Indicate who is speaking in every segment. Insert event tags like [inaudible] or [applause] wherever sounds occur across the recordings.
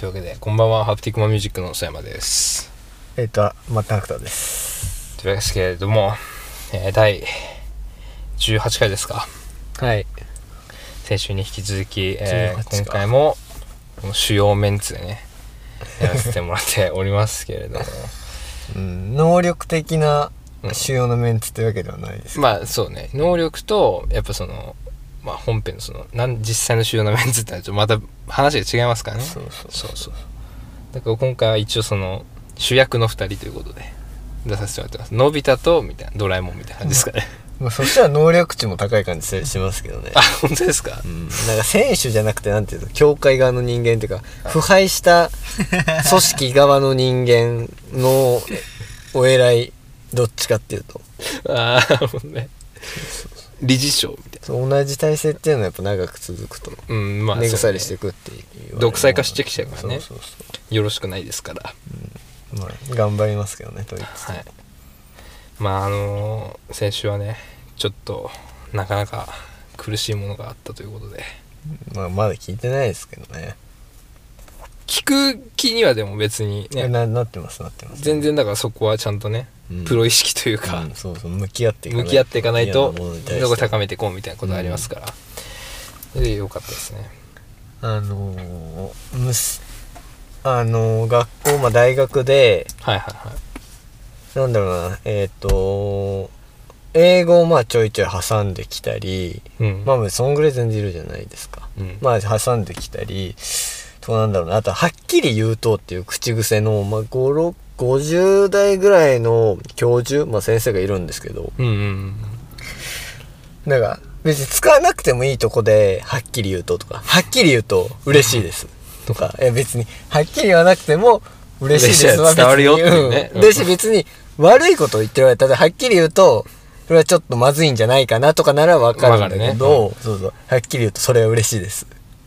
Speaker 1: というわけでこんばんはハプティクマミュージックの佐山です
Speaker 2: えっ、と、マッタンクターです。
Speaker 1: というわけですけれども、えー第18回ですか
Speaker 2: はい。
Speaker 1: 先週に引き続き、えー
Speaker 2: 18か
Speaker 1: 今回もこの主要メンツでねやらせてもら
Speaker 2: [laughs]
Speaker 1: っておりますけれども
Speaker 2: うん、能力的な
Speaker 1: うん
Speaker 2: 主要なメンツというわけではないです。
Speaker 1: まあそうね能力とやっぱその、まあ、本編のそのなん実際の主要なメンツってのはちょっとまた話が違いますからね
Speaker 2: そうそう
Speaker 1: そうそうだから今回は一応その主役の2人ということで出させてもらってますのび太とみたいなドラえもんみたいな感じですかね
Speaker 2: まあ、そしたら能力値も高い感じしますけどね
Speaker 1: [laughs] あ。本当ですか
Speaker 2: うん、なんか選手じゃなくてなんていうの協会側の人間っていうか腐敗した組織側の人間のお偉いどっちかっていうと
Speaker 1: [laughs] ああもうね理事長みたい
Speaker 2: そう同じ体制っていうのはやっぱ長く続くと
Speaker 1: なうんまあ
Speaker 2: 根腐りし
Speaker 1: そう
Speaker 2: て
Speaker 1: ね
Speaker 2: いくっていう、
Speaker 1: 独裁化してきちゃうからね
Speaker 2: そうそうそう
Speaker 1: よろしくないですから
Speaker 2: まあ、頑張りますけどねと言いつつ、
Speaker 1: はいまああのー先週はねちょっとなかなか苦しいものがあったということで
Speaker 2: まあ、まだ聞いてないですけどね
Speaker 1: 聞く気にはでも別に
Speaker 2: え
Speaker 1: ね
Speaker 2: ななってますなってます
Speaker 1: 全然だからそこはちゃんとね
Speaker 2: うん
Speaker 1: プロ意識というか、
Speaker 2: うんそうそう向き合っていかない
Speaker 1: 向き合っていかないと
Speaker 2: 嫌ものに対して
Speaker 1: どこ高めていこうみたいなことありますから、で良かったですね
Speaker 2: あのーむすあのー学校まあ大学で
Speaker 1: はいはいはい
Speaker 2: なんだろうなえっ、と英語をまあちょいちょい挟んできたり
Speaker 1: うん
Speaker 2: まあそんぐらい全然いるじゃないですか
Speaker 1: うん
Speaker 2: まあ挟んできたりそうなんだろうなあとはっきり言うとっていう口癖の、まあ、5 6 50代ぐらいの教授、まあ、先生がいるんですけど、
Speaker 1: うんうんうん
Speaker 2: なんか、別に使わなくてもいいとこで、はっきり言うととか、はっきり言うと嬉しいです。とか、え別に、はっきり言わなくても嬉しいですは
Speaker 1: 嬉しい伝わるよっていうね
Speaker 2: 別にん、ですし、別に悪いことを言ってるわれたら、はっきり言うと、それはちょっとまずいんじゃないかなとかならわかるんだけど、
Speaker 1: わかるね
Speaker 2: そうそう、はっきり言うとそれは嬉しいです。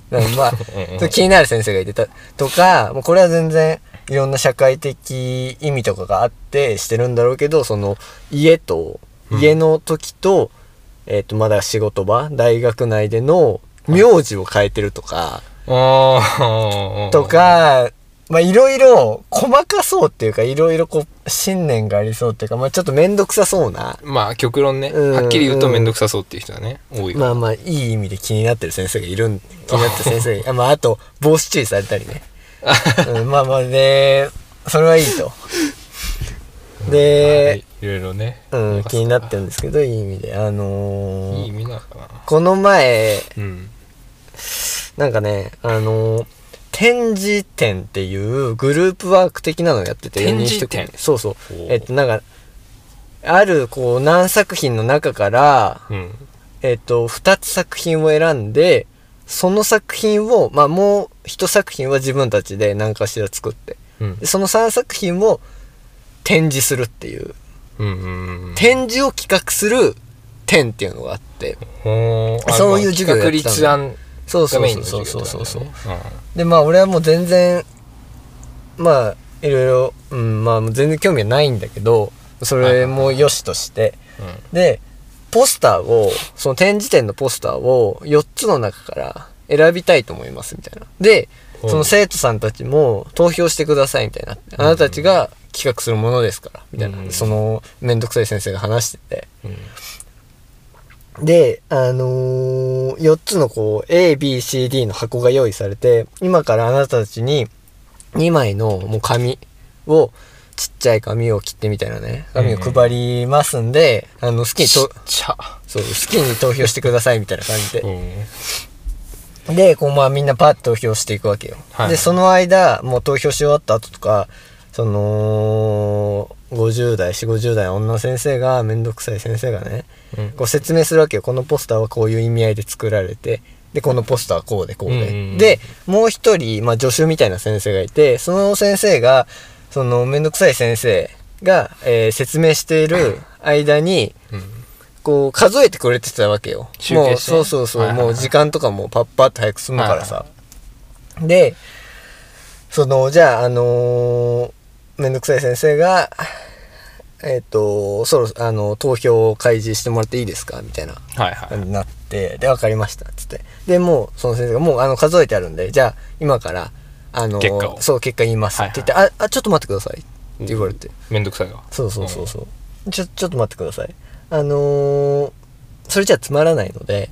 Speaker 2: だから
Speaker 1: [laughs]
Speaker 2: まあ、
Speaker 1: うんうん
Speaker 2: それ気になる先生がいてたとか、もうこれは全然いろんな社会的意味とかがあってしてるんだろうけど、その家と、
Speaker 1: うん
Speaker 2: 家の時と、えっ、と、まだ仕事場、大学内での名字を変えてるとか、
Speaker 1: あー
Speaker 2: とか、まあいろいろ細かそうっていうか、いろいろこう、信念がありそうっていうか、まあちょっとめんどくさそうな、
Speaker 1: まあ極論ね
Speaker 2: うん
Speaker 1: はっきり言うと面倒くさそうっていう人はね多いから
Speaker 2: まあまあいい意味で気になってる先生がい
Speaker 1: [laughs]
Speaker 2: るん気になってる先生があまああと帽子注意されたりね、うんまあまあでそれはいいとで、
Speaker 1: いろいろね
Speaker 2: うん、気になって
Speaker 1: る
Speaker 2: るんですけどいい意味であのー
Speaker 1: いい意味なのかな
Speaker 2: この前
Speaker 1: うん
Speaker 2: なんかねあのー展示展っていうグループワーク的なのをやってて
Speaker 1: 展示展
Speaker 2: 四人一組そうそう
Speaker 1: おー
Speaker 2: えっとなんかあるこう何作品の中から
Speaker 1: うん
Speaker 2: えっ、と、二つ作品を選んで、その作品を、まあもう一作品は自分たちで何かしら作って、
Speaker 1: うん
Speaker 2: でその三作品を展示するっていう、
Speaker 1: うんうんうん
Speaker 2: 展示を企画する展っていうのがあって、
Speaker 1: ほーあ
Speaker 2: そういう授業
Speaker 1: まあ
Speaker 2: やって
Speaker 1: 企
Speaker 2: た
Speaker 1: 画
Speaker 2: の
Speaker 1: 立案
Speaker 2: そう
Speaker 1: が
Speaker 2: そう
Speaker 1: メインの
Speaker 2: そ
Speaker 1: 授
Speaker 2: う
Speaker 1: 業
Speaker 2: そうそうそう。
Speaker 1: ってことだよね
Speaker 2: で、まあ俺はもう全然、まあいろいろ、うん、まあ全然興味はないんだけど、それも良しとして、
Speaker 1: うんうん
Speaker 2: でポスターをその展示展のポスターを4つの中から選びたいと思いますみたいなで
Speaker 1: うん
Speaker 2: その生徒さんたちも投票してくださいみたいなあなたたちが企画するものですからみたいな、
Speaker 1: うん
Speaker 2: その面倒くさい先生が話してて
Speaker 1: うん
Speaker 2: であのー、4つのこう ABCD の箱が用意されて今からあなたたちに2枚のもう紙をちっちゃい紙を切ってみたいなね紙を配りますんで、あの好きに
Speaker 1: ちっ
Speaker 2: と
Speaker 1: ちゃ
Speaker 2: そう、好きに投票してくださいみたいな感じ
Speaker 1: う
Speaker 2: で。
Speaker 1: ん
Speaker 2: で、こうまあみんなパッと投票していくわけよ。
Speaker 1: はい
Speaker 2: で、その間、もう投票し終わった後とか、その、50代、4、50代の女の先生が、めんどくさい先生がね、
Speaker 1: うん
Speaker 2: こう説明するわけよ。このポスターはこういう意味合いで作られて、で、このポスターはこうで、こうで。
Speaker 1: うんうんうん
Speaker 2: で、もう一人、まあ助手みたいな先生がいて、その先生が、そのめんどくさい先生が、えー説明している間に、
Speaker 1: うん
Speaker 2: こう数えてくれてたわけよ。
Speaker 1: 集計して
Speaker 2: もうそうそうそう、
Speaker 1: はいはいはい
Speaker 2: もう時間とかもパッパッと早く済むからさ。で、その、じゃあ、あのーめんどくさい先生が、えっ、と、そろそろ、あの、投票を開示してもらっていいですかみたいな
Speaker 1: はいはい
Speaker 2: になって、で、わかりました、つって。で、もう、その先生が、もう、あの、数えてあるんで、じゃあ、今から、あの
Speaker 1: 結果を
Speaker 2: そう結果言います
Speaker 1: はい
Speaker 2: っ
Speaker 1: はい
Speaker 2: て言って、ああちょっと待ってくださいって言われて、
Speaker 1: めんどくさいわ
Speaker 2: そうそうそうそう、ちょちょっと待ってくださいあのーそれじゃつまらないので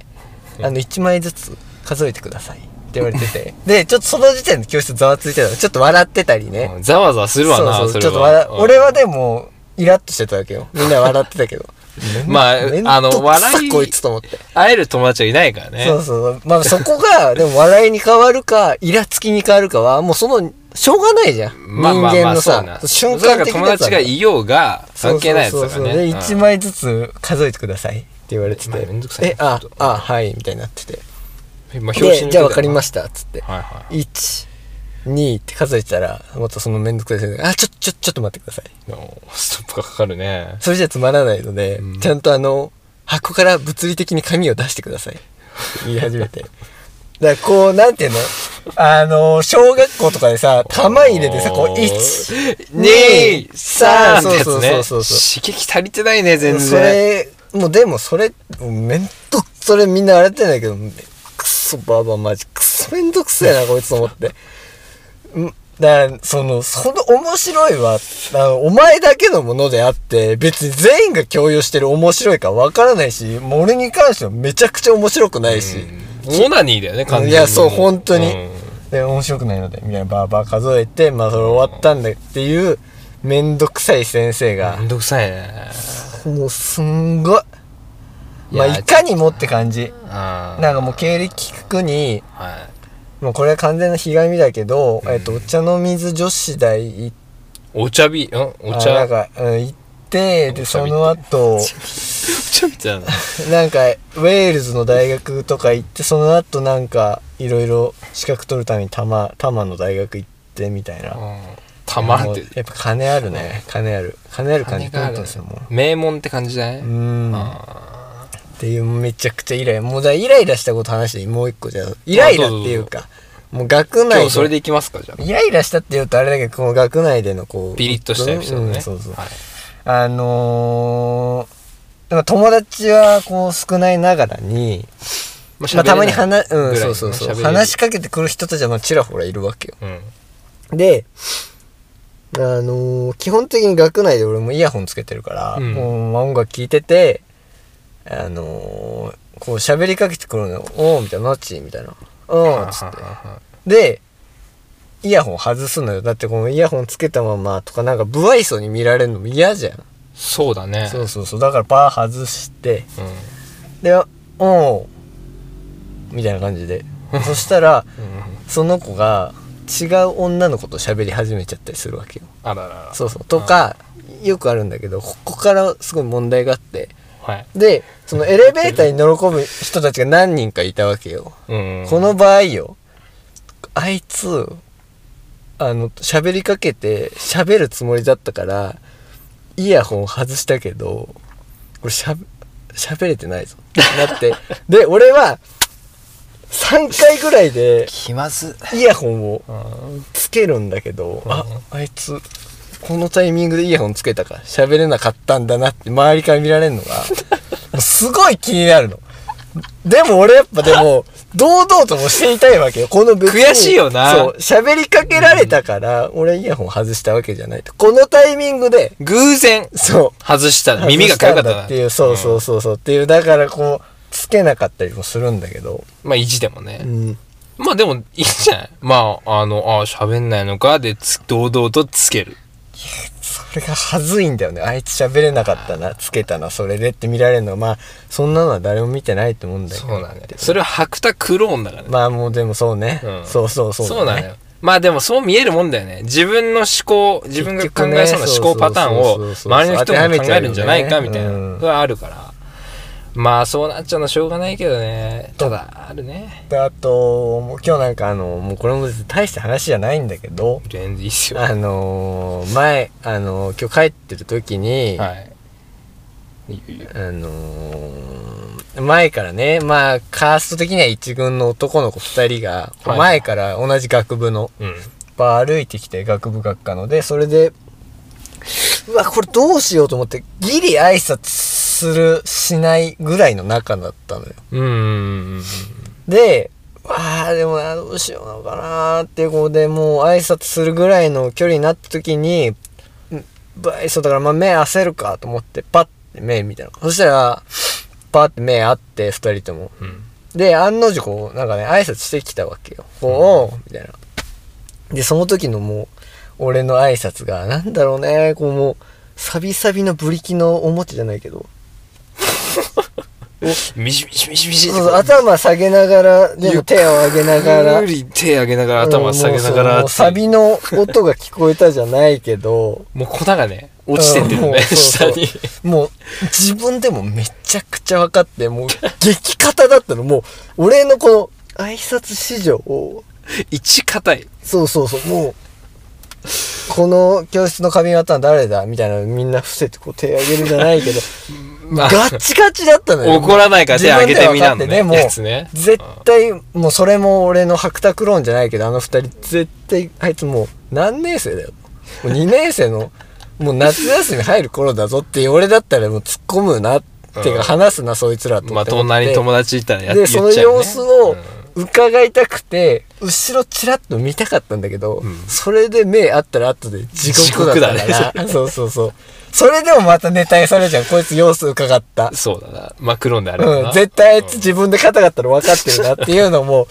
Speaker 2: あの1枚ずつ数えてくださいって言われててでちょっとその時点で教室ざわついてたのちょっと笑ってたりね、
Speaker 1: うんざわざわするわなそ
Speaker 2: そ
Speaker 1: う
Speaker 2: そ
Speaker 1: れ
Speaker 2: うちょっと笑俺はでもイラッとしてたわけよみんな笑ってたけど
Speaker 1: [laughs] まあ
Speaker 2: めん
Speaker 1: あの
Speaker 2: めんどくさ
Speaker 1: 笑い
Speaker 2: こいつと思って、
Speaker 1: 会える友達がいないからね
Speaker 2: そうそうまあそこがでも笑いに変わるかイラつきに変わるかはもうそのしょうがないじゃん、
Speaker 1: まあまあ
Speaker 2: 人
Speaker 1: ま
Speaker 2: 間
Speaker 1: あ
Speaker 2: の
Speaker 1: そう
Speaker 2: さ
Speaker 1: な
Speaker 2: 瞬間的
Speaker 1: それが友
Speaker 2: なやつ
Speaker 1: 達がいようが関係ないやつ
Speaker 2: そう
Speaker 1: だ
Speaker 2: そ
Speaker 1: か
Speaker 2: うそう
Speaker 1: ら
Speaker 2: で
Speaker 1: ね
Speaker 2: 1枚ずつ数えてくださいって言われて
Speaker 1: まあ
Speaker 2: て、
Speaker 1: めんどくさいな
Speaker 2: えああはいみたいになってて
Speaker 1: うんまあ表
Speaker 2: で
Speaker 1: 紙
Speaker 2: じゃあ分かりま
Speaker 1: し
Speaker 2: したっつって
Speaker 1: はいはい
Speaker 2: 12って数えてたらまたそのめんどくさい先生があちょちょちょっと待ってください
Speaker 1: でもストップがかかるね
Speaker 2: それじゃつまらないので、
Speaker 1: うん
Speaker 2: ちゃんとあの、箱から物理的に紙を出してください。って言い始めて。 [laughs] だからこう、なんていうのあの、小学校とかでさ、玉入れてさ、こう、1、
Speaker 1: 二
Speaker 2: 三
Speaker 1: 三ってやつね
Speaker 2: そう
Speaker 1: 刺
Speaker 2: そうそう
Speaker 1: 激足りてないね全
Speaker 2: そ
Speaker 1: 然
Speaker 2: れ、もうでもそれ、めんどく、それみんなあれってんだけど、めくそばばマジ、くそめんどくせえな、こいつと思って。んだから、その、その面白いは、あの、お前だけのものであって、別に全員が共有してる面白いかわからないし、もう俺に関してはめちゃくちゃ面白くないし、
Speaker 1: うんオナニーだよね完全に
Speaker 2: いやそう本当に
Speaker 1: うん
Speaker 2: で、面白くないので、みたいな、ばーばー数えて、まあそれ終わったんだっていう、めんどくさい先生が
Speaker 1: め、んどくさいね
Speaker 2: もうすんごい。
Speaker 1: い
Speaker 2: ま
Speaker 1: や
Speaker 2: あ、いかにもって感じ。
Speaker 1: な
Speaker 2: なんかもう経歴聞くに、
Speaker 1: は
Speaker 2: もうこれは完全なひがみだけど、えっと、お茶の水女子大行っ
Speaker 1: いお茶びんお
Speaker 2: あな
Speaker 1: 茶
Speaker 2: んか、うん、行って、で、
Speaker 1: お茶
Speaker 2: そ
Speaker 1: 見て
Speaker 2: の後、
Speaker 1: [laughs] お茶みたいな
Speaker 2: なんか、ウェールズの大学とか行って、その後なんか、いろいろ資格取るために多摩、多摩の大学行って、みたいな。
Speaker 1: うんたま
Speaker 2: も
Speaker 1: っ
Speaker 2: う
Speaker 1: て
Speaker 2: やっぱ金あるね。金ある。金ある感じ
Speaker 1: 金がある
Speaker 2: ですよ、もう。
Speaker 1: 名門って感じだね
Speaker 2: うーん。っ
Speaker 1: あ
Speaker 2: ていう、めちゃくちゃイライラ。もうだ、イライラしたこと話して、もう一個じゃあイライラっていうか、もう学
Speaker 1: ー今
Speaker 2: 内
Speaker 1: 日それでいきますかじゃあ
Speaker 2: イライラしたって言うとあれだけど、この学内でのこう。
Speaker 1: ピリッとしたエピソード
Speaker 2: う
Speaker 1: ね
Speaker 2: んそうそう。
Speaker 1: はい
Speaker 2: あのー、なんか友達はこう少ないながらに、
Speaker 1: ま
Speaker 2: まあ、たまに話、
Speaker 1: 喋れない
Speaker 2: うん、
Speaker 1: ぐらい
Speaker 2: そう
Speaker 1: の
Speaker 2: そうそう。
Speaker 1: 喋れる
Speaker 2: 話しかけてくる人たちはまあちらほらいるわけよ。
Speaker 1: うん
Speaker 2: で、あのー、基本的に学内で俺もイヤホンつけてるから、
Speaker 1: うん
Speaker 2: もうまあ音楽聴いてて、あのー、こう喋りかけてくるのよ。おーみたいな、マッチみたいな。うん、つって。で、イヤホン外すのよ。だってこのイヤホンつけたままとかなんか不愛想に見られるのも嫌じゃん。
Speaker 1: そうだね
Speaker 2: そうそうそう。だからパー外して、
Speaker 1: うん
Speaker 2: で、おうみたいな感じで。そしたら、
Speaker 1: うん
Speaker 2: その子が違う女の子と喋り始めちゃったりするわけよ。
Speaker 1: あららら
Speaker 2: そうそう。とか、よくあるんだけど、ここからすごい問題があって。
Speaker 1: はい
Speaker 2: で、そのエレベーターに乗り込む人たちが何人かいたわけよ。
Speaker 1: うん
Speaker 2: この場合よあいつあの喋りかけて喋るつもりだったからイヤホン外したけどこれしゃ喋れてないぞってなって
Speaker 1: [laughs]
Speaker 2: で俺は3回ぐらいで
Speaker 1: 気まず
Speaker 2: イヤホンを
Speaker 1: うん
Speaker 2: つけるんだけど、ああいつこのタイミングでイヤホンつけたから喋れなかったんだなって周りから見られるのがも
Speaker 1: [laughs]
Speaker 2: うすごい気になるのでも俺やっぱでも堂々ともしていたいわけよこの別に
Speaker 1: 悔しいよな
Speaker 2: そう喋りかけられたから、俺イヤホン外したわけじゃないとこのタイミングで
Speaker 1: 偶然
Speaker 2: そう
Speaker 1: 外したら耳がかゆかっ
Speaker 2: 外したんだ
Speaker 1: な
Speaker 2: っていうそうそうそうそうっていうだからこうつけなかったりもするんだけど、
Speaker 1: まあ意地でも
Speaker 2: う
Speaker 1: ね
Speaker 2: ん、
Speaker 1: まあでもいいじゃないまああのあー喋んないのかでつ堂々とつける
Speaker 2: それが恥ずいんだよねあいつ喋れなかったなつけたなそれでって見られるのはまあそんなのは誰も見てないと思うんだけど
Speaker 1: そうなんだよそれは白田クローンだからね
Speaker 2: まあもうでもそうね、
Speaker 1: うん
Speaker 2: そうそうそう
Speaker 1: そうなのよ。まあでもそう見えるもんだよね。自分の思考、自分が考えそうな
Speaker 2: 結局ね
Speaker 1: 思考パターン
Speaker 2: そうそう
Speaker 1: を
Speaker 2: そうそう
Speaker 1: 周りの人も考えるんじゃないか
Speaker 2: 当てはめ
Speaker 1: み
Speaker 2: ち
Speaker 1: た
Speaker 2: ゃ
Speaker 1: いうな
Speaker 2: よね
Speaker 1: のがあるから。まあそうなっちゃうのはしょうがないけどね。ただ、あるね。
Speaker 2: であともう今日なんかあのもうこれも別に大した話じゃないんだけど
Speaker 1: 全然いいっすよ。は
Speaker 2: あのー前あのー今日帰ってる時に、
Speaker 1: い。いいよいいよ
Speaker 2: あのー前からねまあカースト的には一軍の男の子2人が、
Speaker 1: はい
Speaker 2: 前から同じ学部の
Speaker 1: うん。
Speaker 2: バー歩いてきて学部学科のでそれでうわこれどうしようと思ってギリ挨拶するしないぐらいの仲だったのよ
Speaker 1: うんうんうんうん。
Speaker 2: でわあでもなどうしようなのかなーってこうでもう挨拶するぐらいの距離になった時にうんばいそうだからまあ目焦るかと思ってパッて目見たのそしたらパッて目合って二人とも
Speaker 1: うん
Speaker 2: で案の定こうなんかね挨拶してきたわけよこう、おうみたいなでその時のもう俺の挨拶がなんだろうねこうもうサビサビのブリキのおもちじゃないけど
Speaker 1: ミシミシミシミシって
Speaker 2: そうそう頭下げながらでも手を上げながら
Speaker 1: ゆっくり手上げながら頭下げながら
Speaker 2: うんもうそうもうサビの音が聞こえたじゃない
Speaker 1: [laughs]
Speaker 2: けど
Speaker 1: もう粉がね落ちてってる
Speaker 2: うんも
Speaker 1: ね
Speaker 2: うそ
Speaker 1: 下
Speaker 2: うそう
Speaker 1: に
Speaker 2: もう自分でもめちゃくちゃ分かってもう激硬だったのもう俺のこの挨拶史上
Speaker 1: 一硬い
Speaker 2: そうそうそうもうこの教室の髪型は誰だみたいなのみんな伏せてこう手上げるじゃないけど
Speaker 1: [laughs] まあ
Speaker 2: ガッチガチだったのよ
Speaker 1: 怒らないから手上げてみなの
Speaker 2: 自分で
Speaker 1: ね
Speaker 2: は分かってねもう
Speaker 1: やつね
Speaker 2: 絶対もうそれも俺の白濁論じゃないけどあの二人絶対あいつもう何年生だよもう2年生のもう夏休み入る頃だぞっていう俺だったらもう突っ込むなってい
Speaker 1: うん
Speaker 2: うか話すなそいつらと
Speaker 1: まあ
Speaker 2: って思って
Speaker 1: 隣に友達いたらやっ
Speaker 2: で
Speaker 1: 言っ
Speaker 2: その
Speaker 1: ちゃう
Speaker 2: 様
Speaker 1: ね
Speaker 2: 子を
Speaker 1: うん
Speaker 2: 伺いたくて後ろちらっと見たかったんだけど、
Speaker 1: うん
Speaker 2: それで目あったら後で地獄だった
Speaker 1: 地獄
Speaker 2: か
Speaker 1: だ
Speaker 2: ら、 [laughs] そうそうそうそれでもまたネタにされるじゃんこいつ様子伺った
Speaker 1: そうだなマクロンであれば
Speaker 2: う、
Speaker 1: なん
Speaker 2: 絶対あいつ自分で肩があったら分かってるなっていうのも、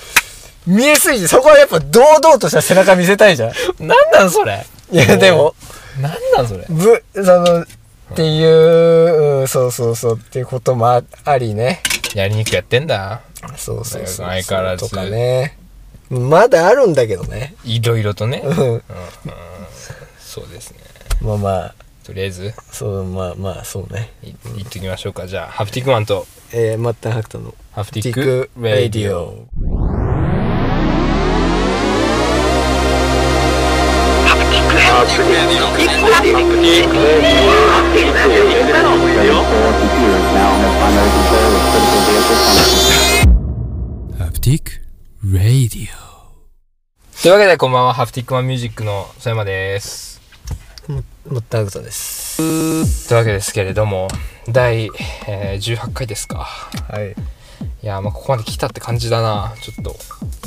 Speaker 2: 見えすぎて、そこはやっぱ堂々とした背中見せたいじゃん。い
Speaker 1: なんなんそれ
Speaker 2: や、でも、
Speaker 1: なんなんそれ
Speaker 2: ぶ、その、っていう、うんそうそうそうっていうこともあありね。
Speaker 1: やりにくくやってんだ
Speaker 2: そうそうそう。
Speaker 1: 相変わらず
Speaker 2: とかね。まだあるんだけどね。
Speaker 1: いろいろとね
Speaker 2: うん。
Speaker 1: そうですね
Speaker 2: まあまあ、
Speaker 1: とりあえず
Speaker 2: そう、まあまあ、そうね。
Speaker 1: い行ってきましょうかじゃあハプティックマンと
Speaker 2: えー、マッタンハクトの、
Speaker 1: ハプテ
Speaker 2: テ
Speaker 1: ィ
Speaker 2: ィ
Speaker 1: ッ
Speaker 2: ッ
Speaker 1: ク
Speaker 2: ク・
Speaker 1: レ
Speaker 2: レ
Speaker 1: デ
Speaker 2: デ
Speaker 1: ィ
Speaker 2: ィ
Speaker 1: オ
Speaker 2: オ。
Speaker 3: Uptick Radio.
Speaker 1: というわけでこんばんはハプティックマンミュージックの曽山です
Speaker 2: マッタンハクトです。
Speaker 1: というわけですけれども第、えー18回ですか
Speaker 2: はい。
Speaker 1: いやーまあここまで来たって感じだなちょっと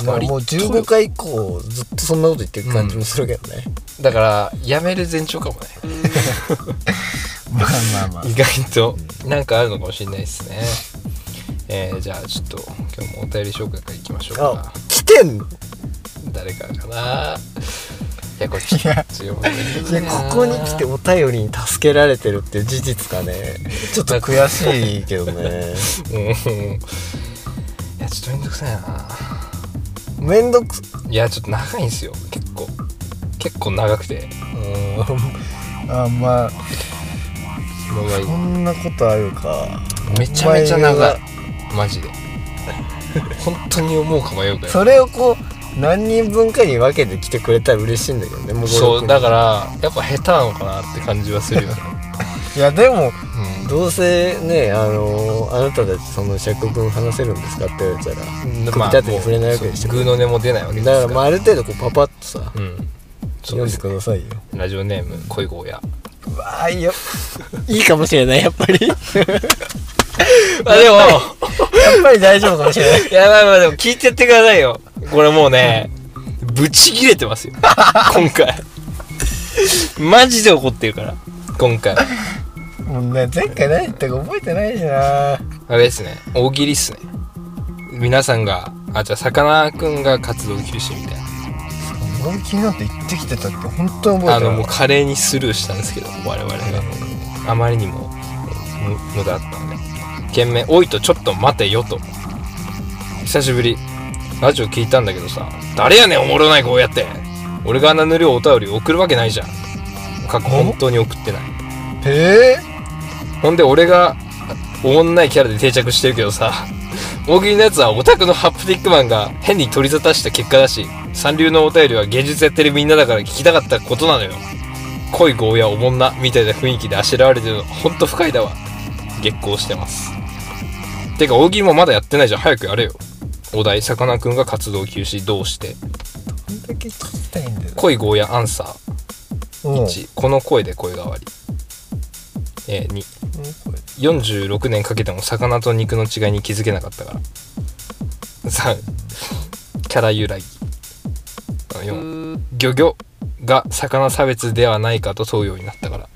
Speaker 2: まあもう15回以降、ずっとそんなこと言ってる感じもするけどね。
Speaker 1: だからやめる前兆かもね
Speaker 2: まあまあまあ
Speaker 1: 意外となんかあるのかもしれないですねえー、じゃあちょっと今日もお便り紹介からいきましょう
Speaker 2: あ
Speaker 1: か、
Speaker 2: 来てんの
Speaker 1: 誰からかないやこれちょっと読ん
Speaker 2: い
Speaker 1: で
Speaker 2: や
Speaker 1: み
Speaker 2: ここに来てお便りに助けられてるっていう事実がねちょっと悔しいけどね
Speaker 1: うんいやちょっとめんどくさいな
Speaker 2: [laughs] めんどくす
Speaker 1: いやちょっと長いんですよ結構結構長くて
Speaker 2: うーんあまあ
Speaker 1: 長い
Speaker 2: こんなことあるか
Speaker 1: めちゃめちゃ長いマジで本当に思うか迷うから
Speaker 2: それをこう何人分かに分けて来てくれたら嬉しいんだけどねも
Speaker 1: そうだかららやっぱ下手なのかなって感じはするよね、
Speaker 2: いやでも
Speaker 1: うん
Speaker 2: どうせねあのあなたたちその尺分話せるんですかって言われたら組み立てに触れないわけでし
Speaker 1: まあもうそう
Speaker 2: ょ、
Speaker 1: グーの根も出ないわけです
Speaker 2: だ
Speaker 1: か
Speaker 2: かららまあある程度こうパパッとさ
Speaker 1: うんそう
Speaker 2: 読
Speaker 1: で
Speaker 2: んですくださいよ
Speaker 1: ラジオネーム恋ゴーヤ
Speaker 2: わあいいよいいかもしれないやっぱりやっ
Speaker 1: [laughs] あでも
Speaker 2: ぱり大丈夫かもしれない
Speaker 1: やばいまあでも聞いてってくださいよこれもうねブチ切れてます [laughs] よ今回マジで怒ってるから今回
Speaker 2: もうね前回何言ったか覚えてないしな
Speaker 1: あれですね大喜利っすね皆さんがあじゃあさかなクンが活動休止みたい
Speaker 2: 俺気になって行ってきてたって本当に
Speaker 1: なあ
Speaker 2: 覚えて
Speaker 1: の
Speaker 2: ない
Speaker 1: もう華麗にスルーしたんですけど我々があまりにも無無駄だったので懸命「おいとちょっと待てよ」と久しぶりラジオ聞いたんだけどさ「誰やねんおもろないこうやって俺があんなぬるいお便り送るわけないじゃん」過去本当に送ってない
Speaker 2: へえ
Speaker 1: ほんで俺がおもんないキャラで定着してるけどさ大喜利のやつはオタクのハプティックマンが変に取り沙汰した結果だし三流のお便りは芸術やってるみんなだから聞きたかったことなのよ恋ゴーヤおもんなみたいな雰囲気であしらわれてるのほんと不快だわ激高してますてか大喜利もまだやってないじゃん早くやれよお題さかなクンが活動休止どうして
Speaker 2: こんだけ聞きたいんだよ
Speaker 1: 恋ゴーヤアンサー
Speaker 2: うん
Speaker 1: 1この声で声変わり、えー、2
Speaker 2: うんこ
Speaker 1: 46年かけても魚と肉の違いに気づけなかったから3キャラ由来4漁業が魚差別ではないかと問うようになったから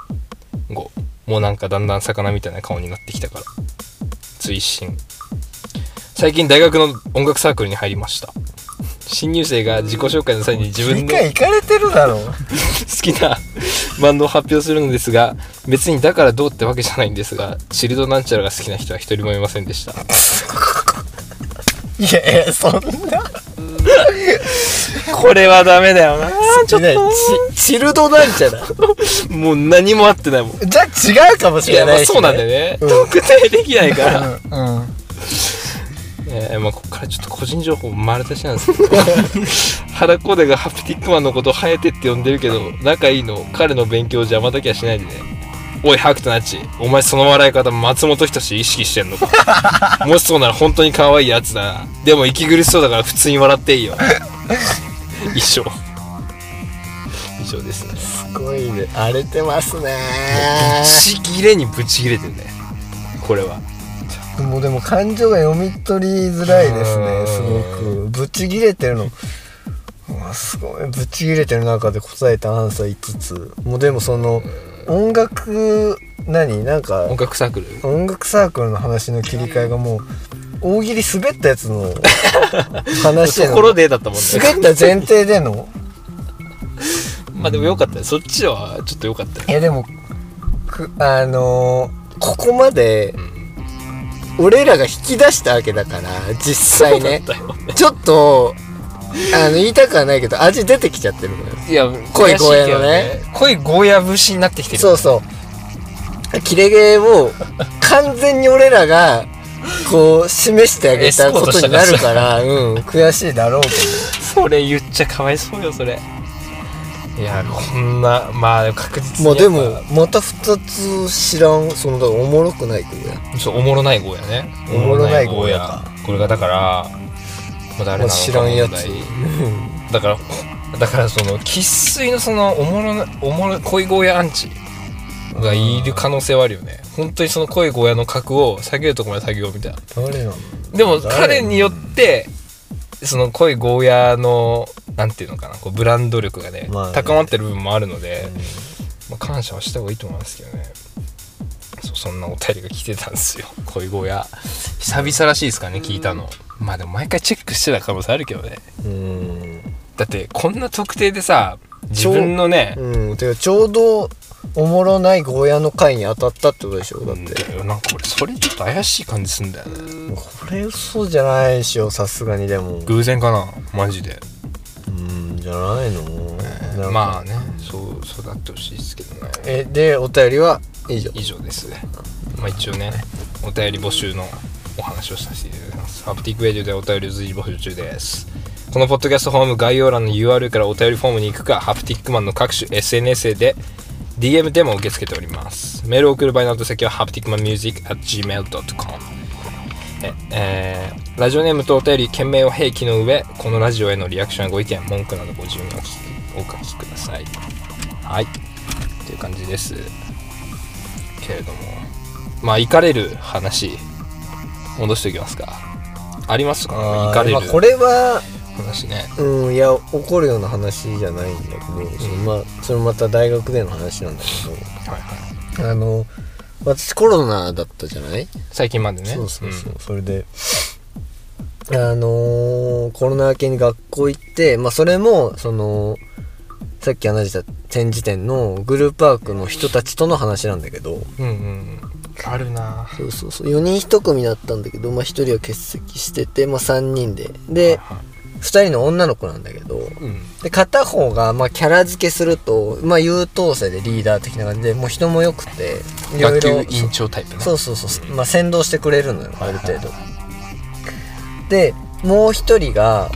Speaker 1: 5もうなんかだんだん魚みたいな顔になってきたから追伸最近大学の音楽サークルに入りました新入生が自己紹介の際に自分
Speaker 2: 理
Speaker 1: の
Speaker 2: 解いかれてるだろ
Speaker 1: [laughs] 好きなバンドを発表するのですが別にだからどうってわけじゃないんですがチルドなんちゃらが好きな人は一人もいませんでした
Speaker 2: いやいやそんな
Speaker 1: これはダメだよなちょっ
Speaker 2: ねチチルドなんちゃら
Speaker 1: ともう何も合ってないもん
Speaker 2: じゃあ違うかもし
Speaker 1: い
Speaker 2: れ
Speaker 1: やま
Speaker 2: な
Speaker 1: あ
Speaker 2: いし、ね、
Speaker 1: そうなんだよね、
Speaker 2: うん
Speaker 1: 特定できないから、
Speaker 2: うん、うん、
Speaker 1: えーまあ、ここからちょっと個人情報丸出しなんですけど原コーデがハプティックマンのことをハエテって呼んでるけど仲いいの彼の勉強を邪魔だけはしないでねおいハクトナッチお前その笑い方松本人志意識してんのか [laughs] もしそうなら本当に可愛いやつだなでも息苦しそうだから普通に笑っていいよ一生以上ですね
Speaker 2: すごいね荒れてますね
Speaker 1: ブチギレにブチギレてるねこれは
Speaker 2: もうでも感情が読み取りづらいです
Speaker 1: う
Speaker 2: ね
Speaker 1: ん
Speaker 2: すごくぶち切れてるのうわすごいぶち切れてる中で答えたアンサー5つもうでもその音楽何なんか
Speaker 1: 音楽サークル
Speaker 2: 音楽サークルの話の切り替えがもう大喜利滑ったやつの
Speaker 1: [laughs]
Speaker 2: 話へ
Speaker 1: と
Speaker 2: の
Speaker 1: ころでだったもんね
Speaker 2: 滑った前提での
Speaker 1: まあでもよかったよそっちはちょっとよかったよ
Speaker 2: いやでもくあのーここまで
Speaker 1: ん
Speaker 2: 俺らが引き出したわけだから実際ね
Speaker 1: そうだったよ
Speaker 2: ちょっとあの言いたくはないけど味出てきちゃってるのよ
Speaker 1: いや
Speaker 2: 濃いゴーヤのね
Speaker 1: 濃いゴーヤ節になってきてる
Speaker 2: そうそう切れ毛を完全に俺らがこう示してあげたことになるからうん悔しいだ
Speaker 1: [laughs]
Speaker 2: ろうけ
Speaker 1: それ言っちゃかわいそうよそれいやこんなまあ確実
Speaker 2: ど
Speaker 1: に
Speaker 2: まあで
Speaker 1: や
Speaker 2: も
Speaker 1: っ
Speaker 2: また2つ知らんそのだからおもろくないけどね
Speaker 1: ぱそうおもろないゴーヤね
Speaker 2: おもろないゴーヤか
Speaker 1: これがだからまあ誰なのか
Speaker 2: 知らんやつ
Speaker 1: 問題だからだからその生粋のそのおもろなおもろ濃いゴーヤアンチがいる可能性はあるよね本当にその濃いゴーヤの格を下げるとこまで下げようみたいな
Speaker 2: 誰なの
Speaker 1: でも彼によってその濃いゴーヤーのなんていうのかなこうブランド力がね,、
Speaker 2: まあね
Speaker 1: 高まってる部分もあるので、まあ、感謝はした方がいいと思いますけどねそうそんなお便りが来てたんですよ濃いゴーヤー久々らしいですかね聞いたのまあでも毎回チェックしてた可能性あるけどね
Speaker 2: うん
Speaker 1: だってこんな特定でさ自分のね
Speaker 2: うん、てかちょうどおもろないゴーヤの回に当たったってことでしょだっ
Speaker 1: うん
Speaker 2: て、
Speaker 1: だよなんか俺それちょっと怪しい感じすんだよね
Speaker 2: これ嘘じゃないでしょさすがにでも
Speaker 1: 偶然かなマジで
Speaker 2: うんじゃないの、なんか
Speaker 1: まあねそう育ってほしいですけどね
Speaker 2: えでお便りは以上
Speaker 1: 以上です、まあ、一応ねお便り募集のお話をさせていただきますハプティックレディオではお便りを随時募集中ですこのポッドキャストホーム概要欄の URL からお便りフォームに行くかハプティックマンの各種 SNS で DM でも受け付けておりますメールを送る場合の後先はハプティックマンミュージック gmail.com ええーラジオネームとお便り件名を併記の上このラジオへのリアクションやご意見文句などご自由にお聞きお書きくださいはいという感じですけれどもまあ怒れる話戻しておきますかありますか怒
Speaker 2: あー
Speaker 1: れる
Speaker 2: まあこれは
Speaker 1: 話ね
Speaker 2: うんいや怒るような話じゃないんだけど、そのまあそれまた大学での話なんだ
Speaker 1: はいはい
Speaker 2: けどあの私コロナだったじゃない
Speaker 1: 最近までね
Speaker 2: そうそうそう、
Speaker 1: ん
Speaker 2: それであのーコロナ明けに学校行ってまあそれもそのさっき話した展示展のグループワークの人たちとの話なんだけど
Speaker 1: うんうんあるな
Speaker 2: そうそうそう4人1組だったんだけど、まあ、1人は欠席してて、まあ、3人でで
Speaker 1: は
Speaker 2: 2人の女の子なんだけど
Speaker 1: うん
Speaker 2: で片方がまあキャラ付けすると、まあ、優等生でリーダー的な感じでもう人も良くていろ
Speaker 1: 学
Speaker 2: いろ
Speaker 1: 級委員長タイプね
Speaker 2: そうそうそう、まあ、先導してくれるのよある程度でもう一人が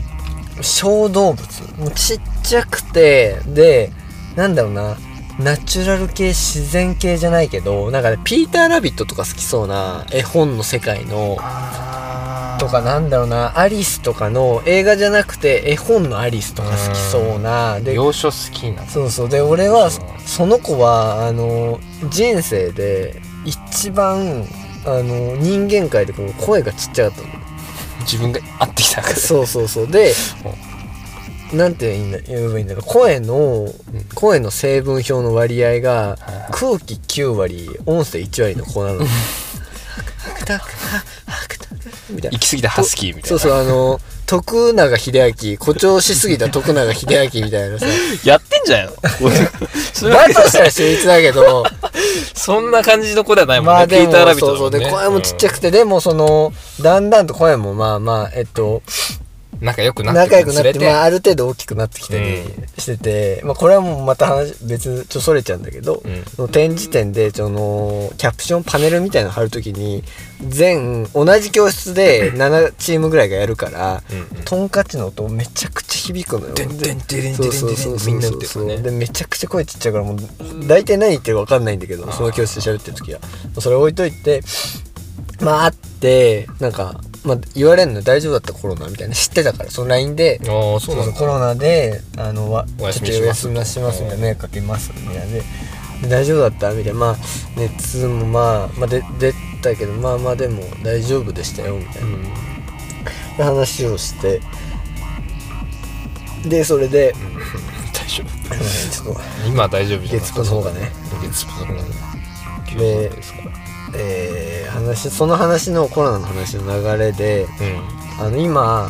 Speaker 2: 小動物もうちっちゃくてでなんだろうなナチュラル系自然系じゃないけどなんかねピーター・ラビットとか好きそうな絵本の世界の
Speaker 1: あ
Speaker 2: とかなんだろうなアリスとかの映画じゃなくて絵本のアリスとか好きそうなで
Speaker 1: 要所好きな
Speaker 2: そうそうで俺は
Speaker 1: そう
Speaker 2: その子はあの人生で一番あの人間界でこう声がちっちゃかったの
Speaker 1: 自分が合ってき自宅で
Speaker 2: そうそうそうでなんて言うんだ言えばいいんだろう声の声の成分表の割合が空気9割音声1割の子なの。白濁白濁みたいな
Speaker 1: 行き過ぎたハスキーみたいな
Speaker 2: そうそうあの徳永英明誇張しすぎた徳永英明みた
Speaker 1: [laughs]
Speaker 2: いなさ
Speaker 1: やってんじ
Speaker 2: [laughs]
Speaker 1: ゃんよそれ
Speaker 2: だ
Speaker 1: は
Speaker 2: としたら秀逸だけど
Speaker 1: そんな感じの子ではないもんね、
Speaker 2: まあ
Speaker 1: ピ
Speaker 2: で
Speaker 1: ー
Speaker 2: も
Speaker 1: ター・ラビッ
Speaker 2: そ
Speaker 1: ト
Speaker 2: う
Speaker 1: だも
Speaker 2: そ
Speaker 1: ね
Speaker 2: うんで声もちっちゃ
Speaker 1: く、
Speaker 2: くてでもそのだんだんと声もまあまあえっと
Speaker 1: うん仲良くなって
Speaker 2: 仲良くなっ
Speaker 1: 連
Speaker 2: て
Speaker 1: れ
Speaker 2: まあある程度大きくなってきたり
Speaker 1: う
Speaker 2: してて、まあこれはもうまた話別ちょそれちゃうんだけど、
Speaker 1: うん
Speaker 2: その展示点でそのキャプションパネルみたいなの貼るときに全同じ教室で7チームぐらいがやるから、
Speaker 1: うんうん
Speaker 2: トンカチの音めちゃくちゃ響くのよ。
Speaker 1: でんでんでんでんでんでんでん
Speaker 2: そうそうそうそう
Speaker 1: みんな打ってるからね
Speaker 2: でめちゃくちゃ声ちっちゃいからもう大体何言ってるか分かんないんだけどその教室で喋ってる時はそれ置いといてまああってなんか、まあ、言われるの大丈夫だったコロナみたいな知ってたからその LINE で
Speaker 1: ああそうなん
Speaker 2: そう
Speaker 1: だ
Speaker 2: コロナであのわ
Speaker 1: お休み
Speaker 2: ちょっ
Speaker 1: しま
Speaker 2: と
Speaker 1: す
Speaker 2: お休みしますみたいな迷惑かけますみたいなでで大丈夫だったみたいなまあ熱もまあ、まあ、で出たけどまあまあでも大丈夫でしたよみたいな。
Speaker 1: うん [laughs]
Speaker 2: 話をしてでそれで、
Speaker 1: 大丈夫
Speaker 2: ちょっと
Speaker 1: 今は大丈夫じゃん
Speaker 2: 月9の方がね
Speaker 1: 月9の方がね
Speaker 2: で
Speaker 1: 90ですから
Speaker 2: えー話その話のコロナの話の流れであの今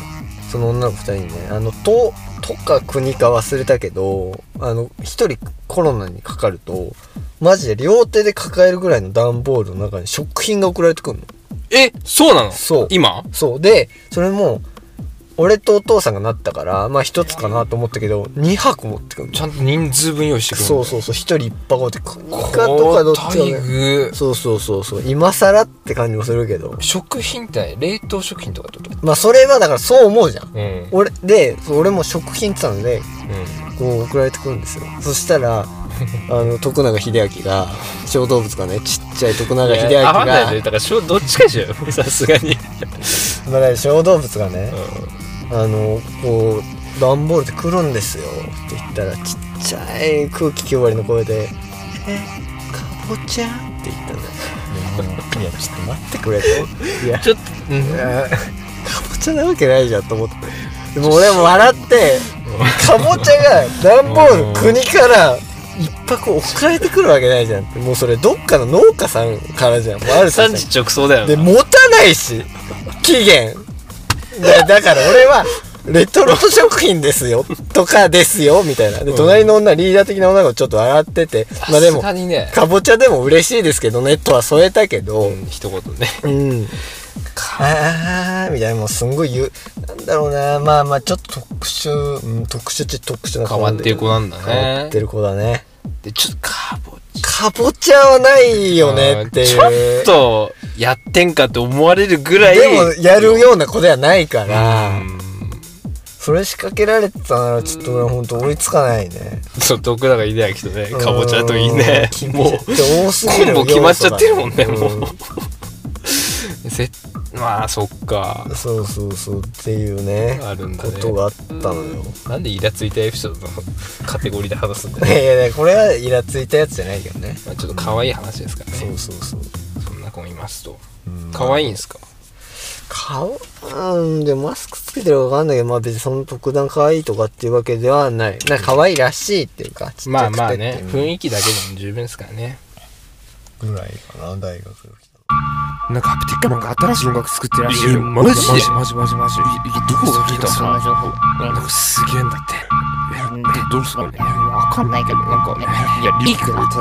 Speaker 2: その女の子2人にねあのととか国か忘れたけどあの1人コロナにかかるとマジで両手で抱えるぐらいの段ボールの中に食品が送られてくるの
Speaker 1: えそうなの
Speaker 2: そう
Speaker 1: 今
Speaker 2: そうでそれも俺とお父さんがなったからまあ1つかなと思ったけど2箱持ってくるの
Speaker 1: ちゃんと人数分用意してくる
Speaker 2: そう
Speaker 1: う
Speaker 2: そうそう1人1箱って国
Speaker 1: こ
Speaker 2: かとかどっちか
Speaker 1: 待
Speaker 2: ね
Speaker 1: 遇
Speaker 2: そうそうそうそう今更って感じもするけど
Speaker 1: 食品って冷凍食品とかってこと
Speaker 2: まあそれはだからそう思うじゃん
Speaker 1: うんうん
Speaker 2: 俺でそう俺も食品って言ったのでこう送られてくるんですよそした
Speaker 1: [laughs]
Speaker 2: らあの徳永英明が小動物がねちっちゃい徳永英
Speaker 1: い
Speaker 2: 明
Speaker 1: や合
Speaker 2: が
Speaker 1: わないでだからしょどっちかでしょよ
Speaker 2: [laughs]
Speaker 1: さすがに
Speaker 2: まあだから小動物がねあのこう段ボールで来るんですよって言ったらちっちゃい空気9割の声で「えかぼちゃ?」って言ったのよいやいやちょっと待ってくれといや
Speaker 1: ちょっとうん
Speaker 2: あーかぼちゃなわけないじゃんと思ってでも俺も笑ってかぼちゃが段ボール国から一泊送られてくるわけないじゃんってもうそれどっかの農家さんからじゃんもうあるさ
Speaker 1: 産地直送だよ
Speaker 2: で
Speaker 1: な
Speaker 2: 持たないし期限だだから俺はレトルト食品ですよとかですよみたいなで隣の女リーダー的な女がちょっと笑っててまあで
Speaker 1: さ
Speaker 2: も
Speaker 1: すがにね
Speaker 2: かぼちゃでも嬉しいですけどねとは添えたけど、
Speaker 1: うん一言ね
Speaker 2: うん。あーみたいな、もうすんごい言う、なんだろうな、まあまあ、ちょっと特殊、うん、特殊っちゃ特殊な
Speaker 1: 変わってる子なんだね
Speaker 2: 変わってる子だね。
Speaker 1: でちょっとカーボ
Speaker 2: かぼちゃはないよねっていう。
Speaker 1: ちょっとやってんかって思われるぐらい
Speaker 2: でも、やるような子ではないか
Speaker 1: う
Speaker 2: ら、
Speaker 1: ん
Speaker 2: それ仕掛けられてたなら、ちょっと俺ほんと追いつかないね。
Speaker 1: そう徳永英明とねかぼちゃといいね
Speaker 2: うん
Speaker 1: もう
Speaker 2: 多すぎ
Speaker 1: コ
Speaker 2: る
Speaker 1: ンボ決まっちゃってるもんねも
Speaker 2: ん
Speaker 1: うぜまあそっか
Speaker 2: そうそうそうっていうね
Speaker 1: あるんだ
Speaker 2: こ
Speaker 1: ね
Speaker 2: とがあったのよ。
Speaker 1: なんでイラついたエピソードのカテゴリーで話すんだよ
Speaker 2: いやいやこれはイラついたやつじゃないけどね
Speaker 1: まあちょっと可愛い話ですから
Speaker 2: そ
Speaker 1: ね
Speaker 2: うそうそう
Speaker 1: そんな子もいますと可愛いんすか
Speaker 2: 顔うんでもマスクつけてるかわかんないけどまあ別にその特段可愛いとかっていうわけではないなんか可愛いらしいっていうかちっち
Speaker 1: まあ
Speaker 2: ゃくて
Speaker 1: まあ
Speaker 2: って
Speaker 1: ね
Speaker 2: いう
Speaker 1: 雰囲気だけでも十分ですからね
Speaker 2: ぐらいかな大学の時
Speaker 4: なんかハプティックなんか新しい音楽作ってらっしゃるよ。
Speaker 1: いやマジで
Speaker 4: マジマジマジマジ。いいやどこが聞いた
Speaker 1: そんな
Speaker 4: 情報。なんかすげえんだって。え、どうすかねわかんないけど、なんか、いや、リークだと。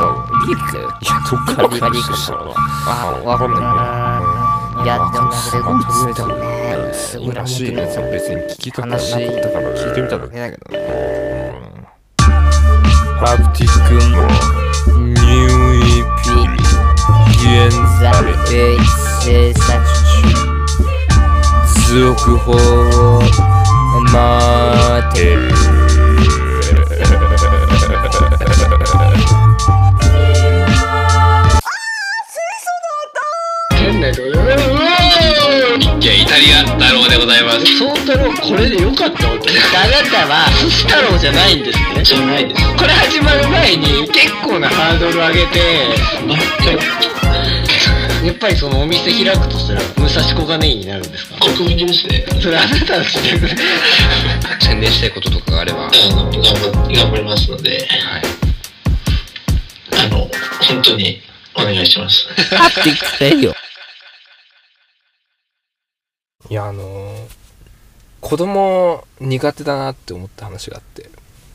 Speaker 4: リークいや、どっからリークしたのあ、わかんない。いや、でもすごい初めてだね。すごいらしいね。別に聞きたくなかったから聞いてみただけだけど。ハプティックのニュー EP 現在。
Speaker 5: 制作
Speaker 4: 続報を待ってる
Speaker 6: あなたは寿司太郎じゃないんですねじゃないですこれ始まる前に結構なハードル上げて
Speaker 1: やっぱりそのお店開くとしたら武蔵小金井になるんですか
Speaker 6: 国民ですね。
Speaker 1: それあなたの知ってる
Speaker 7: 宣伝したいこととかがあれば、はい。
Speaker 6: あの、頑張、頑張りますので、あの、本当にお願いします。
Speaker 4: ってくれよ。
Speaker 1: いやあのー子供苦手だなって思った話があって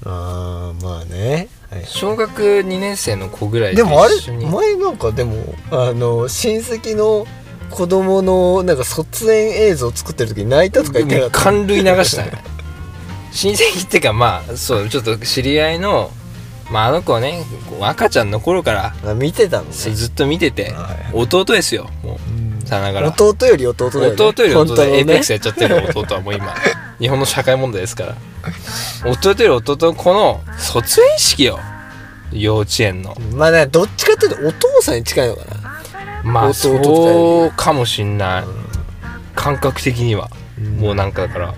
Speaker 2: あーまあね、はい
Speaker 1: 小学2年生の子ぐらい
Speaker 2: でもあれ
Speaker 1: 一緒に
Speaker 2: 前なんかでもあの親戚の子供のなんか卒園映像作ってる時に泣いたとか言って
Speaker 1: で
Speaker 2: な
Speaker 1: も
Speaker 2: かっ
Speaker 1: 寒類流した
Speaker 2: [laughs]
Speaker 1: ね親戚っていうかまあそうちょっと知り合いの、まあ、あの子はねこう赤ちゃんの頃から
Speaker 2: たあ見てたのね
Speaker 1: そうずっと見てて
Speaker 2: は
Speaker 1: 弟ですよもうさながら
Speaker 2: 弟より弟だよ、ね、
Speaker 1: 弟より
Speaker 2: 本
Speaker 1: 弟
Speaker 2: 当の
Speaker 1: エイペッ
Speaker 2: ね
Speaker 1: クスやっちゃってる弟はもう今日本の社会問題ですから弟より弟のこの卒園式よ幼稚園の
Speaker 2: まあねどっちかっていうとお父さんに近いのかな
Speaker 1: まあ
Speaker 2: 弟と二人
Speaker 1: そうかもしんない感覚的にはもうなんかだから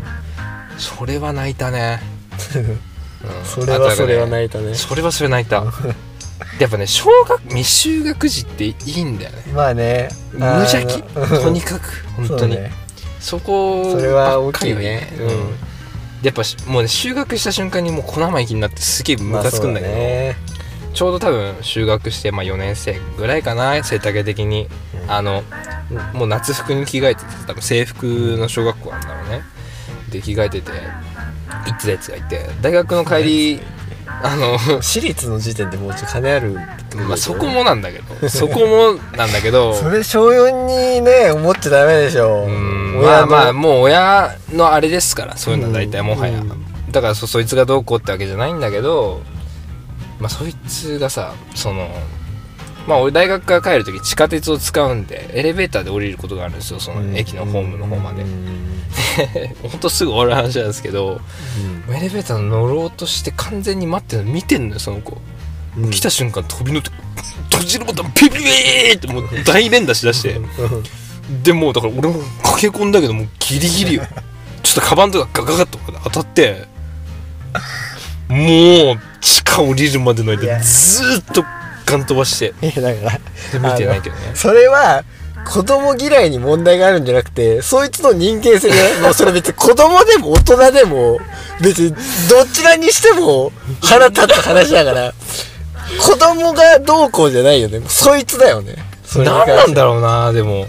Speaker 1: それは泣いた
Speaker 2: [laughs]
Speaker 1: ね、うん
Speaker 2: それはそれは泣いたね
Speaker 1: それはそれ泣いたやっぱね小学未就学児っていいんだよね
Speaker 2: まあね
Speaker 1: 無邪気
Speaker 2: あの
Speaker 1: とにかく本当
Speaker 2: そう
Speaker 1: にそ,、
Speaker 2: ね
Speaker 1: こ
Speaker 2: それ
Speaker 1: ば
Speaker 2: は
Speaker 1: っ
Speaker 2: 大
Speaker 1: か
Speaker 2: き
Speaker 1: り
Speaker 2: い
Speaker 1: よ
Speaker 2: ね
Speaker 1: うんやっぱしもうね就学した瞬間にもう粉まいきになってすげえムカつくんだけど、
Speaker 2: まあそうね
Speaker 1: ちょうど多分就学して、まあ、4年生ぐらいかな背丈的に、あのもう夏服に着替えてて多分制服の小学校なんだろうねで着替えてて行ってたやつがいて大学の帰りあの
Speaker 2: [laughs] 私立の時点でもうちょっと金ある
Speaker 1: まあそこもなんだけどそこもなんだけど
Speaker 2: [laughs] それ小4にね思っちゃダメでしょ
Speaker 1: うんま
Speaker 2: 親
Speaker 1: あ
Speaker 2: の
Speaker 1: まあもう親のあれですからそういうのは大体
Speaker 2: うん
Speaker 1: もはや、
Speaker 2: うん
Speaker 1: だからそそいつがどうこうってわけじゃないんだけどまあそいつがさそのまあ俺大学から帰る時地下鉄を使うんでエレベーターで降りることがあるんですよその駅のホームの方まで、
Speaker 2: うん
Speaker 1: ほんとすぐ終わる話なんですけどエレベーター乗ろうとして完全に待ってるの見てんのよその子、
Speaker 2: うん
Speaker 1: 来た瞬間飛び乗って閉じるボタンピピピーってもう大連打しだしてでもうだから俺も駆け込んだけどもうギリギ [laughs] リよちょっとカバンとかガガガッと当たってもう地下降りるまでの
Speaker 2: い
Speaker 1: 間
Speaker 2: や
Speaker 1: ずーっとガン飛ばして
Speaker 2: いやだから
Speaker 1: で見てないけどね
Speaker 2: それは子供嫌いに問題があるんじゃなくてそいつの人間性じゃ
Speaker 1: [laughs]
Speaker 2: ないもうそれ別に子供でも大人でも別にどちらにしても腹立った話だから子供がどうこうじゃないよねそいつだよねそれに
Speaker 1: 何
Speaker 2: 関して
Speaker 1: なんだろうなでも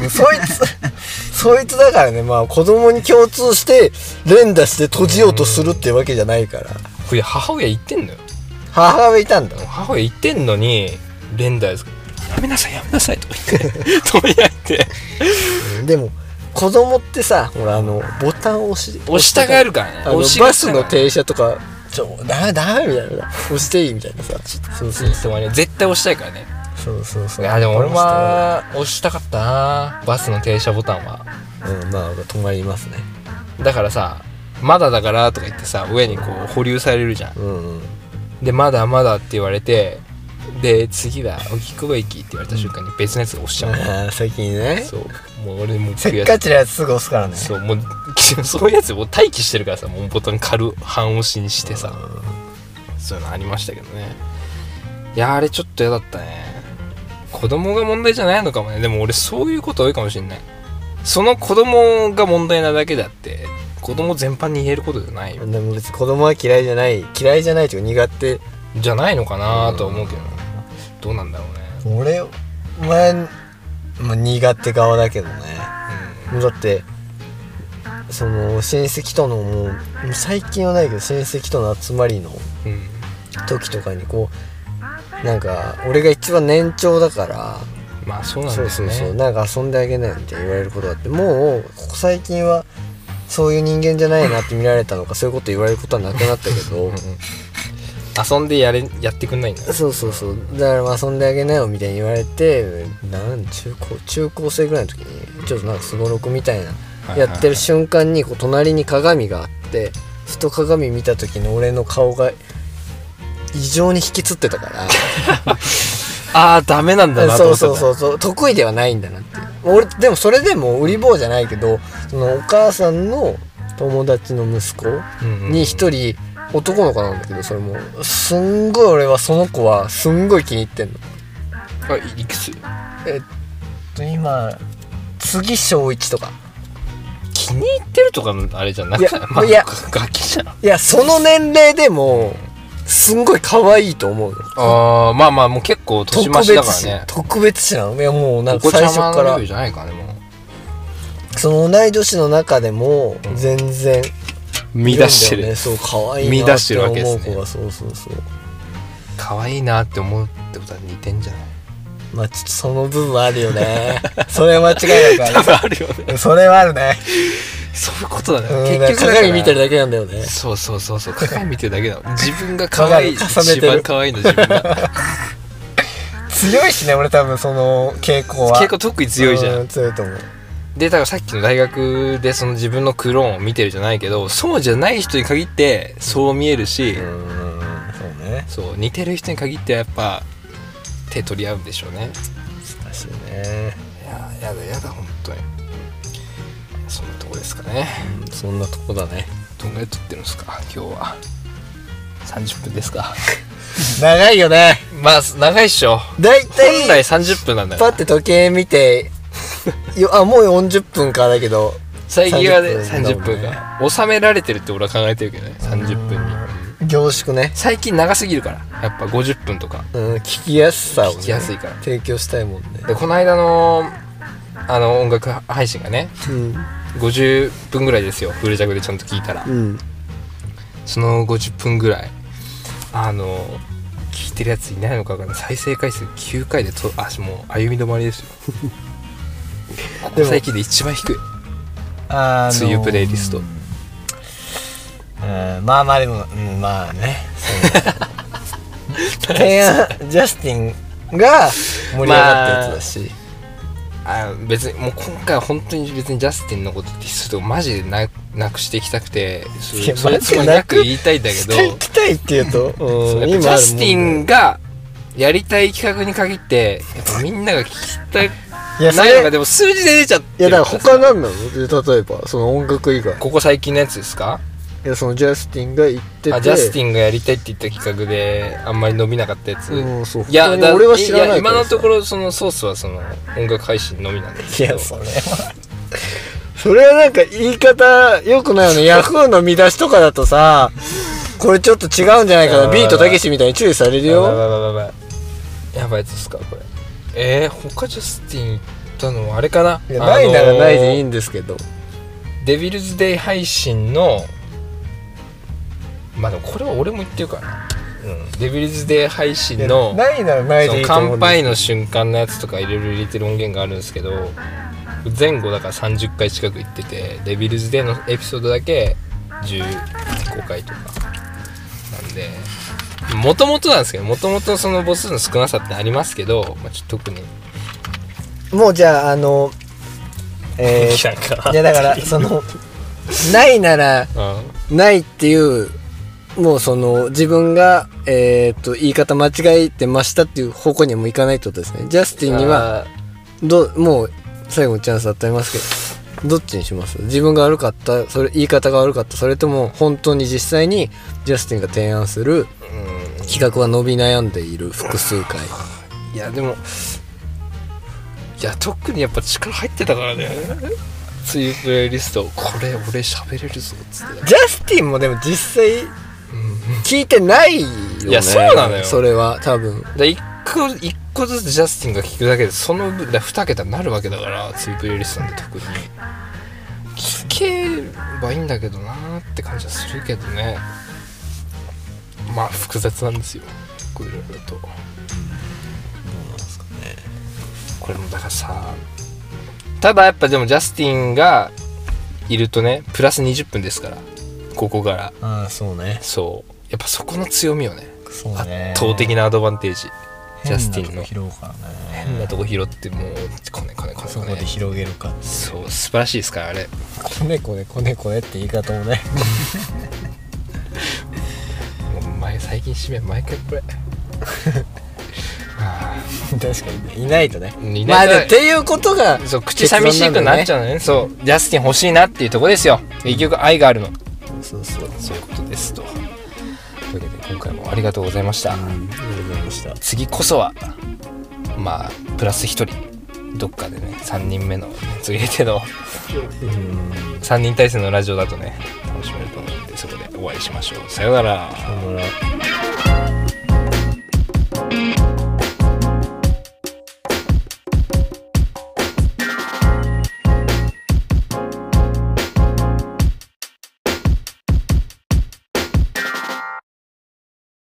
Speaker 2: そいつそいつだからねまあ子供に共通して連打して閉じようとするってわけじゃないから
Speaker 1: これ母親言ってんのよ
Speaker 2: 母親いたんだ
Speaker 1: 母親言ってんのに連打ですやめなさいやめなさいとか言 [laughs] って飛び上げて
Speaker 2: でも子供ってさほらあのボタンを押し
Speaker 1: 押したがるからね
Speaker 2: あの
Speaker 1: 押し
Speaker 2: バ
Speaker 1: がち
Speaker 2: ス
Speaker 1: だ
Speaker 2: の
Speaker 1: からね
Speaker 2: 停車とかちょだだみたいな押していいみたいなさそうそう
Speaker 1: つまり絶対押したいからね
Speaker 2: そうそうそ
Speaker 1: いう
Speaker 2: い
Speaker 1: やでも俺は押したかったなバスの停車ボタンは
Speaker 2: うんまあ止まりますね
Speaker 1: だからさ「まだだから」とか言ってさ親にこう保留されるじゃん
Speaker 2: うんうん
Speaker 1: で「まだまだ」って言われてで次は「荻窪駅」って言われた瞬間に別のやつが押しちゃうの、
Speaker 2: あー最近ね
Speaker 1: そうもう俺もう
Speaker 2: せっ
Speaker 1: 悔
Speaker 2: か
Speaker 1: し
Speaker 2: ちなやつすぐ押すからね
Speaker 1: いそうもうそう [laughs] いうやつもう待機してるからさもうボタン軽半押しにしてさそういうのありましたけどねいやあれちょっと嫌だったね子供が問題じゃないのかもねでも俺そういうこと多いかもしんないその子供が問題なだけであって子供全般に言えることじゃないよ
Speaker 2: でも別に子供は嫌いじゃない嫌いじゃないっていうか苦手
Speaker 1: じゃないのかなとは思うけど、どうなんだろうね
Speaker 2: 俺お前、まあ、苦手側だけどね、だってその親戚とのもう最近はないけど親戚との集まりの
Speaker 1: うん
Speaker 2: 時とかにこうなんか俺が一番年長だから
Speaker 1: まあそうなん
Speaker 2: そう
Speaker 1: です
Speaker 2: そう
Speaker 1: ね
Speaker 2: そうなんか遊んであげないみたいに言われることがあってもうここ最近はそういう人間じゃないなって見られたのかそういうこと言われることはなくなったけど
Speaker 1: 遊んでやれやってくんないんだ
Speaker 2: そうそうそうだからまあ遊んであげなよみたいに言われてなん中高中高生ぐらいの時にちょっとなんかすごろくみたいなやってる瞬間にこう隣に鏡があってふと鏡見た時の俺の顔が異常に引きつってたから。
Speaker 1: ああダメなんだなと
Speaker 2: そ
Speaker 1: 思
Speaker 2: う
Speaker 1: ってた
Speaker 2: そうそうそう得意ではないんだなって俺でもそれでも売り棒じゃないけどそのお母さんの友達の息子
Speaker 1: うんうん
Speaker 2: に一人男の子なんだけどそれもすんごい俺はその子はすんごい気に入ってんの
Speaker 1: あいいくつ
Speaker 2: 今次小一とか
Speaker 1: 気に入ってるとかのあれじゃなくて
Speaker 2: いや
Speaker 1: まあ
Speaker 2: いや
Speaker 1: ガキじゃん
Speaker 2: いやその年齢でもすんごい可愛いと思うの
Speaker 1: あーまあまあもう結構年
Speaker 2: 特
Speaker 1: 増
Speaker 2: 別
Speaker 1: しだから
Speaker 2: 視
Speaker 1: ね
Speaker 2: 特別視なのいやもうなん
Speaker 1: お
Speaker 2: か
Speaker 1: 子ち
Speaker 2: 最
Speaker 1: ゃ
Speaker 2: 初
Speaker 1: まの
Speaker 2: か
Speaker 1: レベ
Speaker 2: ら
Speaker 1: ルじゃないからねも
Speaker 2: その同い年の中でも全然
Speaker 1: う見出して
Speaker 2: いるんだよね
Speaker 1: る
Speaker 2: そう可愛い
Speaker 1: 見
Speaker 2: な
Speaker 1: 出
Speaker 2: っ
Speaker 1: してる
Speaker 2: て思
Speaker 1: わけですね
Speaker 2: う子がそうそうそう
Speaker 1: 可愛いなって思うってことは似てんじゃない
Speaker 2: まあちょっとその部分はあるよね [laughs] それは間違いないか
Speaker 1: [laughs] あるよね
Speaker 2: らそれはあるね
Speaker 1: そういうことだね
Speaker 2: うん
Speaker 1: 結局だから
Speaker 2: 鏡見てるだけなんだよね
Speaker 1: そうそうそうそう鏡見てるだけだもん [laughs] 自分が可愛い
Speaker 2: 鏡重ねてる
Speaker 1: 一番可愛いの自分 [laughs] が
Speaker 2: 強いしね俺多分その傾向は
Speaker 1: 結構特に強いじゃん
Speaker 2: う強いと思う
Speaker 1: でだからさっきの大学でその自分のクローンを見てるじゃないけどそうじゃない人に限ってそう見えるし、
Speaker 2: うんそうね
Speaker 1: そう似てる人に限ってやっぱ手取り合うんでしょうね
Speaker 2: 難しいね
Speaker 1: いややだやだ本当にそんなとこですかね
Speaker 2: そんなとこだね
Speaker 1: どんぐらい撮ってるんですか今日は30分ですか
Speaker 2: 長いよね
Speaker 1: まあ長いっしょ
Speaker 2: だいた
Speaker 1: 本来
Speaker 2: い
Speaker 1: 30分なんだよ
Speaker 2: パ
Speaker 1: な
Speaker 2: って時計見て [laughs] よあもう40分かだけど
Speaker 1: 最近はね
Speaker 2: 30
Speaker 1: 30
Speaker 2: 分
Speaker 1: 分が収められてるって俺は考えてるけどね30分に
Speaker 2: 凝縮ね
Speaker 1: 最近長すぎるからやっぱ50分とか
Speaker 2: うん聞きやすさを、ね、
Speaker 1: 聞きやすいから
Speaker 2: 提供したいもんね
Speaker 1: でこの間のあの音楽配信がね
Speaker 2: うん
Speaker 1: 50分ぐらいですよフルジャグでちゃんと聞いたら
Speaker 2: うん
Speaker 1: その50分ぐらいあの聞いてるやついないのかが再生回数9回でとあもう歩み止まり
Speaker 2: [laughs]
Speaker 1: ですよここ最近で一番低い
Speaker 2: あ
Speaker 1: 梅雨プレイリスト
Speaker 2: うんまあまあでも、うん、ま
Speaker 1: [laughs]
Speaker 2: あねそう提案ジャスティンが盛り上がったやつだし、
Speaker 1: あ別にもう今回は本当に別にジャスティンのことディスるとマジでななくしていきたくてそ
Speaker 2: いや
Speaker 1: それ
Speaker 2: マジ
Speaker 1: つ
Speaker 2: で
Speaker 1: もりなく言いたいんだけど
Speaker 2: していきたいっていうと、うん、
Speaker 1: やっぱジャスティ
Speaker 2: 今あるもん
Speaker 1: ンがやりたい企画に限ってやっぱみんなが聞きたく
Speaker 2: いやそ
Speaker 1: ないのが
Speaker 2: れ
Speaker 1: でも数字で出ちゃっ
Speaker 2: い
Speaker 1: て
Speaker 2: や
Speaker 1: る
Speaker 2: だから
Speaker 1: さ
Speaker 2: 他なんなので例えばその音楽以外
Speaker 1: ここ最近のやつですか
Speaker 2: いやそのジャスティンが言ってて
Speaker 1: あジャステ
Speaker 2: ィ
Speaker 1: ィンがやりたいって言った企画であんまり伸びなかったやつ、
Speaker 2: うんそう
Speaker 1: いや
Speaker 2: 他に
Speaker 1: だ
Speaker 2: 俺は知らない
Speaker 1: いや
Speaker 2: から
Speaker 1: 今のとこ
Speaker 2: ろ
Speaker 1: ろそのソースはその音楽配信のみなんです
Speaker 2: い
Speaker 1: けど
Speaker 2: やそれはそれはなんか言い方よくない
Speaker 1: [laughs]
Speaker 2: よねヤフーの見出しとかだとさこれちょっと違うんじゃないか
Speaker 1: あ
Speaker 2: な
Speaker 1: ー
Speaker 2: ビートたけしみたいに注意される
Speaker 1: やばいやばいや
Speaker 2: よ
Speaker 1: ばいやばいやばいやつですかこれえー、他ジャスティン行ったのはあれかない
Speaker 2: いやないならないでいい
Speaker 1: い
Speaker 2: んですけど
Speaker 1: デビルズデイ配信のまあでもこれは俺も言ってるからな、うん、デビルズデイ配信の
Speaker 2: ないならない
Speaker 1: そ
Speaker 2: でい
Speaker 1: の
Speaker 2: いと思う
Speaker 1: 乾
Speaker 2: んです
Speaker 1: 杯の瞬間のやつとか入れる入れてる音源があるんですけど前後だから30回近く行っててデビルズデーのエピソードだけ15回とかなんでもともとなんですけどもともとその母数の少なさってありますけど、まあ、ちょっと特に
Speaker 2: もうじゃああのえー、
Speaker 1: [laughs] なんか
Speaker 2: いやだからそのないなら
Speaker 1: うん
Speaker 2: ないっていうもうその自分が、えーっと言い方間違えてましたっていう方向にはもういかないってことですねジャスティンには
Speaker 1: あ
Speaker 2: どうもう最後のチャンス与えますけどどっちにします自分が悪かったそれ言い方が悪かったそれとも本当に実際にジャスティンが提案する
Speaker 1: ー
Speaker 2: 企画は伸び悩んでいる複数回
Speaker 1: うんいやでもいや特にやっぱ力入ってたからねツイプレイリストこれ俺喋れるぞっつって
Speaker 2: ジャスティンもでも実際聞いてないよね
Speaker 1: いやそうなのよ
Speaker 2: それは多分
Speaker 1: で一個一個ずつジャスティンが聞くだけでその分で2桁になるわけだからツイプレイリストなんて特に聞けばいいんだけどなーって感じはするけどねまあ複雑なんですよこういろいろとどうなんですかねこれもだからさただやっぱでもジャスティンがいるとねプラス20分ですからここから
Speaker 2: ああそうね
Speaker 1: そうやっぱそこの強みよね
Speaker 2: そう
Speaker 1: 圧倒的なアドバンテージジャスティンの
Speaker 2: 拾うからね
Speaker 1: 変なとこ拾ってもうこねこねこねこね
Speaker 2: 広げるか [laughs]
Speaker 1: そう素晴らしいですからあれ
Speaker 2: こねこねこねこねって言い方もね
Speaker 1: もう前最近締め毎回 [laughs] これあ
Speaker 2: [laughs] 確かにねいないとね
Speaker 1: いない
Speaker 2: まあでもっていうことが
Speaker 1: ーそう口寂しくなっちゃうのねそうジャスティン欲しいなっていうとこですよ結局愛があるの
Speaker 2: うそうそう
Speaker 1: そういうことですとというわけで今回もありがとうございました
Speaker 2: ありがとうございました
Speaker 1: 次こそはまあプラス1人どっかでね3人目の熱を入れての3人体制のラジオだとね楽しめると思うんでそこでお会いしましょうさようなら
Speaker 2: ほら